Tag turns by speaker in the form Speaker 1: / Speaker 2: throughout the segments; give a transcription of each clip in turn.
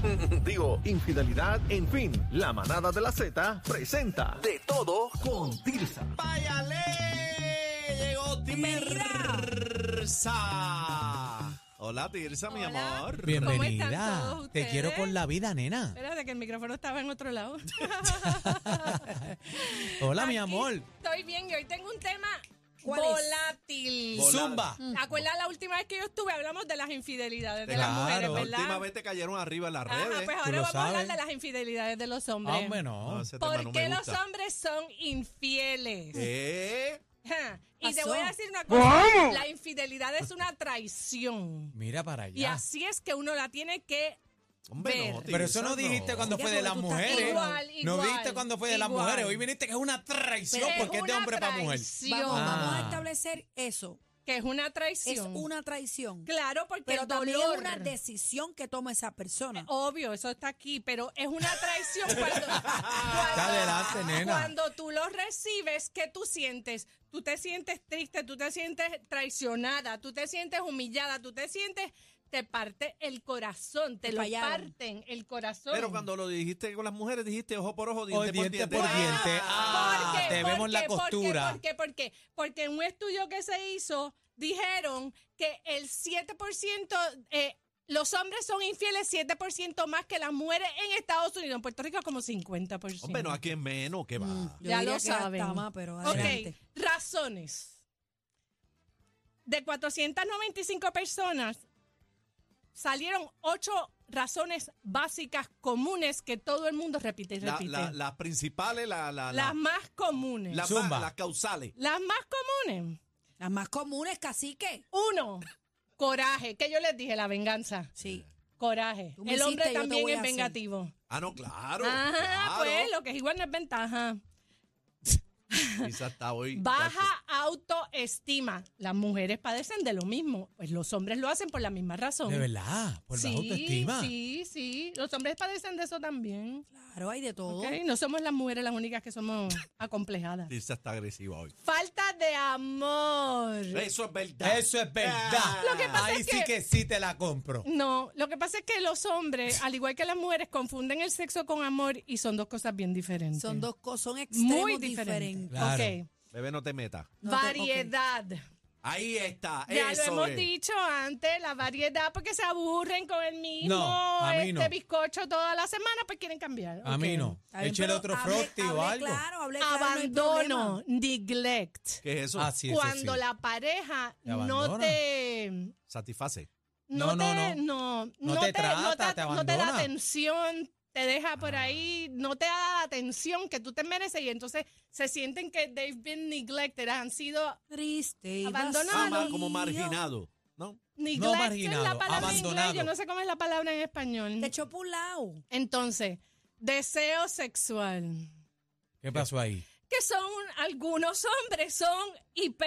Speaker 1: Digo, infidelidad, en fin, la manada de la Z presenta De todo con Tirsa.
Speaker 2: ¡Váyale! Llegó Tirsa. Hola Tirsa, mi
Speaker 3: Hola.
Speaker 2: amor.
Speaker 3: Bienvenida.
Speaker 4: están todos
Speaker 3: Te
Speaker 4: ustedes?
Speaker 3: quiero con la vida, nena.
Speaker 4: Espérate, que el micrófono estaba en otro lado.
Speaker 3: Hola,
Speaker 4: Aquí
Speaker 3: mi amor.
Speaker 4: Estoy bien y hoy tengo un tema
Speaker 5: ¿Cuál es?
Speaker 4: volátil.
Speaker 2: Vol-
Speaker 3: Zumba.
Speaker 4: Mm,
Speaker 3: Ah,
Speaker 4: Acuerdas la última vez que yo estuve, hablamos de las infidelidades de
Speaker 3: Claro.
Speaker 4: las
Speaker 2: La
Speaker 4: mujeres, ¿verdad?
Speaker 2: última vez te cayeron arriba en las
Speaker 4: Ajá,
Speaker 2: redes.
Speaker 4: pues
Speaker 3: Tú
Speaker 4: ahora
Speaker 3: lo
Speaker 4: vamos a hablar
Speaker 3: sabes. Ah,
Speaker 4: de las infidelidades de los hombres.
Speaker 3: Hombre, no.
Speaker 2: No, ese este tema
Speaker 4: ¿Por
Speaker 2: no me
Speaker 4: qué los
Speaker 2: gusta.
Speaker 4: hombres son infieles?
Speaker 2: ¿Eh?
Speaker 4: Ja, Y te
Speaker 5: Pasó.
Speaker 4: voy a decir una cosa. La infidelidad es una traición.
Speaker 3: Mira para allá.
Speaker 4: Y así es que uno la tiene que
Speaker 2: Hombre, no,
Speaker 4: Ver.
Speaker 3: Pero eso
Speaker 2: Tirsa,
Speaker 3: no dijiste cuando
Speaker 5: Mira,
Speaker 3: fue de
Speaker 5: porque
Speaker 3: las
Speaker 5: tú estás
Speaker 3: mujeres.
Speaker 4: igual,
Speaker 3: no
Speaker 4: igual,
Speaker 3: dijiste cuando fue de las
Speaker 4: igual.
Speaker 3: mujeres. Hoy viniste que es una traición
Speaker 4: Pero
Speaker 3: porque es de
Speaker 4: una
Speaker 3: hombre para mujer.
Speaker 4: traición,
Speaker 5: Vamos, vamos
Speaker 3: Ah.
Speaker 5: a establecer eso.
Speaker 4: Que es una traición.
Speaker 5: Es una traición.
Speaker 4: Claro, porque
Speaker 5: Pero
Speaker 4: el
Speaker 5: también
Speaker 4: dolor.
Speaker 5: es una decisión que toma esa persona.
Speaker 4: Obvio, eso está aquí, pero es una traición cuando,
Speaker 3: Está adelante, nena.
Speaker 4: cuando tú lo recibes, ¿qué tú sientes? Tú te sientes triste, tú te sientes traicionada, tú te sientes humillada, tú te sientes, te parte el corazón, te
Speaker 5: Te
Speaker 4: lo
Speaker 5: fallaron.
Speaker 4: parten el corazón.
Speaker 2: Pero cuando lo dijiste con las mujeres, dijiste ojo por ojo, diente,
Speaker 3: Hoy
Speaker 2: por
Speaker 3: diente
Speaker 2: diente.
Speaker 3: por diente. Ah,
Speaker 4: ¿Por qué?
Speaker 3: te
Speaker 4: ¿Por
Speaker 3: vemos la
Speaker 4: qué? ¿Por qué?
Speaker 3: costura.
Speaker 4: ¿Por qué? ¿Por qué? Porque en un estudio que se hizo dijeron que el 7%, eh, los hombres son infieles 7% más que las mujeres en Estados Unidos. En Puerto Rico es como 50%.
Speaker 2: Hombre, no, ¿a quién menos? ¿Qué va?
Speaker 5: Yo
Speaker 4: Ya
Speaker 5: diría
Speaker 4: lo
Speaker 5: que hasta
Speaker 4: saben.
Speaker 5: más, pero
Speaker 4: Ok,
Speaker 5: adelante.
Speaker 4: razones. De 495 personas, salieron ocho razones básicas comunes que todo el mundo repite y
Speaker 2: La-
Speaker 4: repite.
Speaker 2: la- las principales, la, la, la-
Speaker 4: las más comunes.
Speaker 2: las
Speaker 3: Zumba.
Speaker 2: más- las causales.
Speaker 4: Las más comunes.
Speaker 5: Las más comunes, cacique.
Speaker 4: Uno, coraje. Que yo les dije, la venganza.
Speaker 5: Sí.
Speaker 4: Coraje.
Speaker 5: Tú me
Speaker 4: El hombre
Speaker 5: hiciste, yo te
Speaker 4: también
Speaker 5: voy a
Speaker 4: es
Speaker 5: hacer.
Speaker 4: vengativo.
Speaker 2: Ah, no, claro.
Speaker 4: Ajá,
Speaker 2: claro.
Speaker 4: pues lo que es igual no es ventaja.
Speaker 2: Tirsa está hoy.
Speaker 4: Baja autoestima. Las mujeres padecen de lo mismo. Pues los hombres lo hacen por la misma razón.
Speaker 3: De verdad. Por
Speaker 4: sí,
Speaker 3: bajo autoestima.
Speaker 4: Sí, sí. Los hombres padecen de eso también.
Speaker 5: Claro, hay de todo.
Speaker 4: ¿ok? No somos las mujeres las únicas que somos acomplejadas.
Speaker 2: Tirsa está agresiva hoy.
Speaker 4: Falta de amor.
Speaker 2: Eso es verdad.
Speaker 3: Eso es verdad.
Speaker 4: Lo que pasa
Speaker 3: Ahí
Speaker 4: es
Speaker 3: sí
Speaker 4: que-
Speaker 3: que sí te la compro.
Speaker 4: No, lo que pasa es que los hombres, al igual que las mujeres, confunden el sexo con amor y son dos cosas bien diferentes.
Speaker 5: Son dos cosas, son extremos
Speaker 4: muy
Speaker 5: diferentes.
Speaker 4: diferentes.
Speaker 3: Claro.
Speaker 4: Ok.
Speaker 2: Bebé, no te metas.
Speaker 5: No te- ok.
Speaker 4: variedad.
Speaker 2: Ahí está.
Speaker 4: Ya
Speaker 2: eso
Speaker 4: lo hemos
Speaker 2: es.
Speaker 4: dicho antes, la variedad, porque se aburren con el mismo
Speaker 3: No, a mí
Speaker 4: este
Speaker 3: no.
Speaker 4: bizcocho toda la semana, pues quieren cambiar.
Speaker 3: A
Speaker 4: Ok.
Speaker 3: mí no.
Speaker 5: Está bien,
Speaker 3: Eche el
Speaker 5: pero
Speaker 3: otro
Speaker 5: hable-
Speaker 3: frosty o
Speaker 5: hable
Speaker 3: algo.
Speaker 5: Claro, hable claro, no hay
Speaker 4: Abandono,
Speaker 5: problema.
Speaker 4: neglect.
Speaker 2: ¿Qué es eso?
Speaker 3: Ah, sí, eso
Speaker 4: Cuando
Speaker 3: sí.
Speaker 4: la pareja
Speaker 3: Te
Speaker 4: no
Speaker 3: abandona.
Speaker 4: te
Speaker 2: Satisface.
Speaker 4: no,
Speaker 3: No, no,
Speaker 4: te, no, no,
Speaker 3: No te
Speaker 4: te, no,
Speaker 3: trata,
Speaker 4: te,
Speaker 3: te
Speaker 4: no te da
Speaker 3: abandona. Ah.
Speaker 4: atención, te deja por ahí, no te da la atención que tú te mereces y entonces se sienten que they've been neglected, han sido
Speaker 5: Triste. y
Speaker 4: Abandono
Speaker 2: Ah,
Speaker 4: Ah,
Speaker 5: vacío.
Speaker 2: ma- como marginado. ¿No?
Speaker 4: neglected, la
Speaker 3: marginado,
Speaker 4: palabra en inglés,
Speaker 3: abandonado.
Speaker 4: yo no sé cómo es la palabra en español.
Speaker 5: Te echó por un lado.
Speaker 4: Entonces, deseo sexual.
Speaker 3: ¿Qué pasó ahí?
Speaker 4: que son algunos hombres son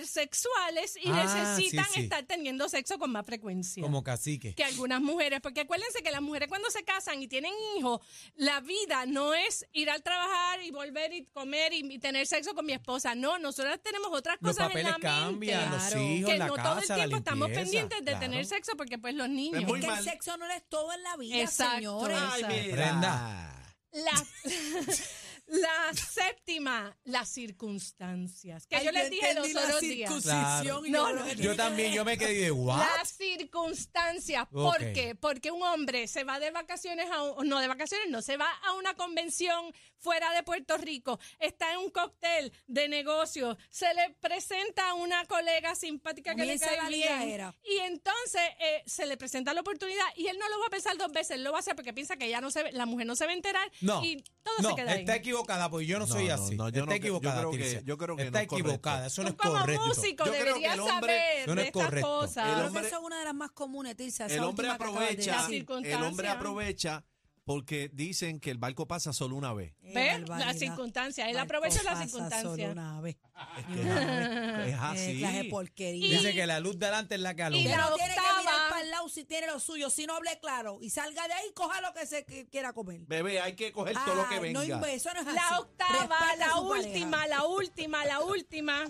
Speaker 4: hipersexuales y
Speaker 3: Ah,
Speaker 4: necesitan
Speaker 3: sí, sí.
Speaker 4: estar teniendo sexo con más frecuencia
Speaker 3: Como cacique.
Speaker 4: que algunas mujeres, porque acuérdense que las mujeres cuando se casan y tienen hijos, la vida no es ir al trabajar y volver y comer y, y tener sexo con mi esposa, no, nosotras tenemos otras
Speaker 3: Los
Speaker 4: cosas en
Speaker 3: papeles
Speaker 4: la mente.
Speaker 3: cambian, los
Speaker 4: Claro.
Speaker 3: hijos,
Speaker 4: que
Speaker 3: la
Speaker 4: no todo el
Speaker 3: casa, la
Speaker 4: tiempo estamos
Speaker 3: limpieza,
Speaker 4: pendientes de
Speaker 3: claro.
Speaker 4: tener sexo porque pues los niños.
Speaker 2: muy
Speaker 5: es que
Speaker 2: mal.
Speaker 5: el
Speaker 4: Ah.
Speaker 5: sexo no es todo en la vida,
Speaker 4: Exacto.
Speaker 5: señores.
Speaker 4: Ay,
Speaker 3: Prenda.
Speaker 4: La- La séptima, las circunstancias. Que
Speaker 5: Ay,
Speaker 4: yo les dije los
Speaker 5: entendí la
Speaker 4: otros días.
Speaker 5: circuncisión y
Speaker 4: Claro.
Speaker 5: yo
Speaker 4: No,
Speaker 5: lo
Speaker 4: no,
Speaker 3: Yo también, yo me quedé de guau.
Speaker 4: Las circunstancias. ¿Por
Speaker 3: Ok.
Speaker 4: qué? Porque un hombre se va de vacaciones, a un- no de vacaciones, no, se va a una convención fuera de Puerto Rico, está en un cóctel de negocios, se le presenta a una colega simpática que le
Speaker 5: Comienza
Speaker 4: cae
Speaker 5: la
Speaker 4: bien.
Speaker 5: ligadera.
Speaker 4: Y entonces eh, se le presenta la oportunidad y él no lo va a pensar dos veces, lo va a hacer porque piensa que ya no se, ve- la mujer no se va a enterar
Speaker 3: No,
Speaker 4: y todo
Speaker 3: no, este
Speaker 4: se queda ahí.
Speaker 3: está equivocada porque yo no,
Speaker 2: No,
Speaker 3: soy
Speaker 2: no,
Speaker 3: así.
Speaker 2: no, yo
Speaker 3: está
Speaker 2: no cre- yo
Speaker 3: equivocada,
Speaker 2: creo que-
Speaker 3: Tirsia.
Speaker 2: yo creo que
Speaker 3: está
Speaker 2: no es correcto.
Speaker 3: equivocada, eso no
Speaker 4: Tú
Speaker 3: es
Speaker 4: como
Speaker 3: correcto.
Speaker 4: músico
Speaker 2: Yo creo que el
Speaker 4: deberías
Speaker 2: hombre-
Speaker 4: saber
Speaker 3: eso no
Speaker 4: de
Speaker 3: es
Speaker 4: estas
Speaker 3: correcto.
Speaker 4: cosas.
Speaker 2: El
Speaker 5: Creo
Speaker 2: hombre-
Speaker 5: que esa es una de las más comunes, Tirsa. esa
Speaker 2: el hombre
Speaker 5: última que acabas de
Speaker 2: aprovecha,
Speaker 5: decir.
Speaker 4: circunstancia.
Speaker 2: el hombre aprovecha porque dicen que el barco pasa solo una vez.
Speaker 5: Qué
Speaker 4: ¿Ves?
Speaker 5: barbaridad.
Speaker 4: Las circunstancias. Él
Speaker 5: Barco
Speaker 4: aprovecha las
Speaker 5: pasa Solo
Speaker 4: circunstancias.
Speaker 5: una vez. Eh,
Speaker 2: Es, que es así.
Speaker 5: Clase de porquería.
Speaker 3: Dice que la luz delante es la que alumbra.
Speaker 4: Eh, Y la-
Speaker 5: Pero tiene que
Speaker 4: octava-
Speaker 5: mirar para el lado si tiene lo suyo, si no hable claro y salga de ahí, coja lo que se que- quiera comer.
Speaker 2: Bebé, hay que
Speaker 4: Ah,
Speaker 2: coger todo lo que
Speaker 5: Ay, no,
Speaker 2: venga.
Speaker 5: inve- eso no es así.
Speaker 4: La octava,
Speaker 5: Respeta a
Speaker 4: la
Speaker 5: su pareja.
Speaker 4: última, la última, la última.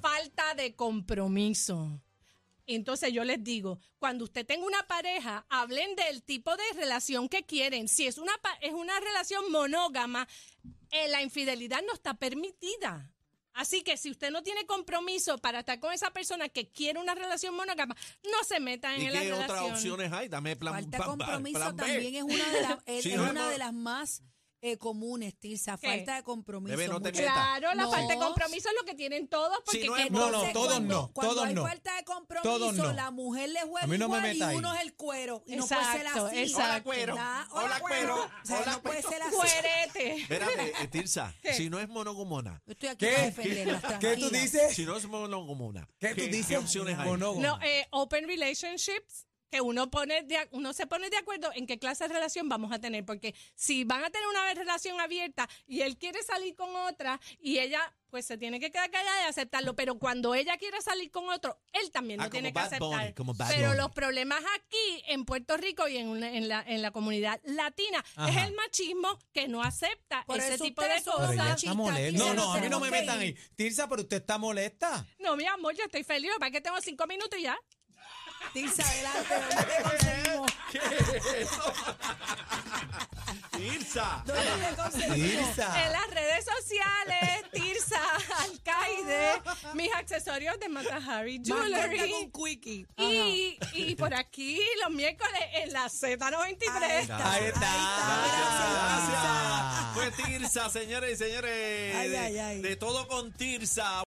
Speaker 4: Falta de compromiso. Entonces yo les digo, cuando usted tenga una pareja, hablen del tipo de relación que quieren. Si es una, pa- es una relación monógama, eh, la infidelidad no está permitida. Así que si usted no tiene compromiso para estar con esa persona que quiere una relación monógama, no se meta
Speaker 2: ¿Y
Speaker 4: en la
Speaker 2: qué
Speaker 4: relación.
Speaker 2: otras opciones hay? Dame plan
Speaker 5: Falta
Speaker 2: plan-
Speaker 5: compromiso
Speaker 2: plan B.
Speaker 5: también es una de, la- es-
Speaker 2: Sí,
Speaker 5: es
Speaker 2: no
Speaker 5: una
Speaker 2: hemos-
Speaker 5: de las más eh, comunes, Tirsa.
Speaker 4: ¿Qué?
Speaker 5: Falta de compromiso.
Speaker 2: Bebé, no te
Speaker 5: mucho-
Speaker 2: metas.
Speaker 4: Claro, la
Speaker 5: No.
Speaker 4: falta de compromiso es lo que tienen todos porque
Speaker 2: Si no
Speaker 4: que-
Speaker 2: es
Speaker 3: No, no,
Speaker 5: Entonces,
Speaker 3: todos
Speaker 5: cuando-
Speaker 3: no,
Speaker 5: Cuando
Speaker 3: todos
Speaker 5: hay
Speaker 3: no.
Speaker 5: falta de compromiso,
Speaker 3: Todos no.
Speaker 5: la mujer le juega
Speaker 3: A mí no me
Speaker 5: igual y
Speaker 3: meta ahí.
Speaker 5: uno es el cuero. Y
Speaker 4: Exacto,
Speaker 5: no puede ser así.
Speaker 4: exacto. Hola,
Speaker 2: cuero.
Speaker 5: Nah,
Speaker 2: Hola, cuero.
Speaker 5: O sea,
Speaker 2: Hola,
Speaker 5: no puede ser así.
Speaker 4: Cuerete.
Speaker 2: Espérate, eh, Tirsa, si no es monogomona,
Speaker 5: Yo estoy aquí para
Speaker 3: ¿Qué?
Speaker 5: defenderla.
Speaker 3: ¿Qué
Speaker 5: tranquila.
Speaker 3: tú dices?
Speaker 2: si no es monogomona,
Speaker 3: ¿Qué tú dices?
Speaker 2: opciones hay?
Speaker 3: Monógono.
Speaker 4: No, eh, open relationships que uno pone de ac- uno se pone de acuerdo en qué clase de relación vamos a tener porque si van a tener una relación abierta y él quiere salir con otra y ella pues se tiene que quedar callada y aceptarlo pero cuando ella quiere salir con otro él también
Speaker 2: Ah,
Speaker 4: lo tiene que
Speaker 2: como Bad Bunny,
Speaker 4: aceptar
Speaker 2: como Bad
Speaker 4: pero
Speaker 2: Bunny.
Speaker 4: los problemas aquí en Puerto Rico y en, una- en la, en la comunidad latina es
Speaker 3: Ajá.
Speaker 4: el machismo que no acepta
Speaker 5: Por
Speaker 4: ese
Speaker 5: eso
Speaker 4: tipo de
Speaker 5: ustedes son
Speaker 3: Pero
Speaker 5: o sea,
Speaker 3: ella está
Speaker 4: cosas
Speaker 5: chista,
Speaker 3: molesta.
Speaker 5: Tirsa,
Speaker 3: No, no,
Speaker 5: nos
Speaker 3: a mí no
Speaker 5: tenemos
Speaker 3: me
Speaker 5: que
Speaker 3: metan ahí.
Speaker 5: ir.
Speaker 3: Tirsa, pero usted está molesta.
Speaker 4: no mi amor yo estoy feliz para que tengo cinco minutos y ya
Speaker 5: Tirsa, adelante. ¿Dónde te conseguimos?
Speaker 2: Tirsa,
Speaker 5: ¿Dónde te conseguimos?
Speaker 3: Tirsa.
Speaker 4: En las redes sociales, Tirsa Alcaide, mis accesorios de Mata Harry
Speaker 5: Más
Speaker 4: Jewelry.
Speaker 5: corta con Quickie.
Speaker 4: Y, y por aquí los miércoles en la
Speaker 5: Ahí
Speaker 4: Z93.
Speaker 5: está.
Speaker 3: Ahí está.
Speaker 2: gracias, gracias. Fue Tirsa, señores y señores.
Speaker 5: Ay,
Speaker 2: de-
Speaker 5: ay, ay.
Speaker 2: de todo con Tirsa.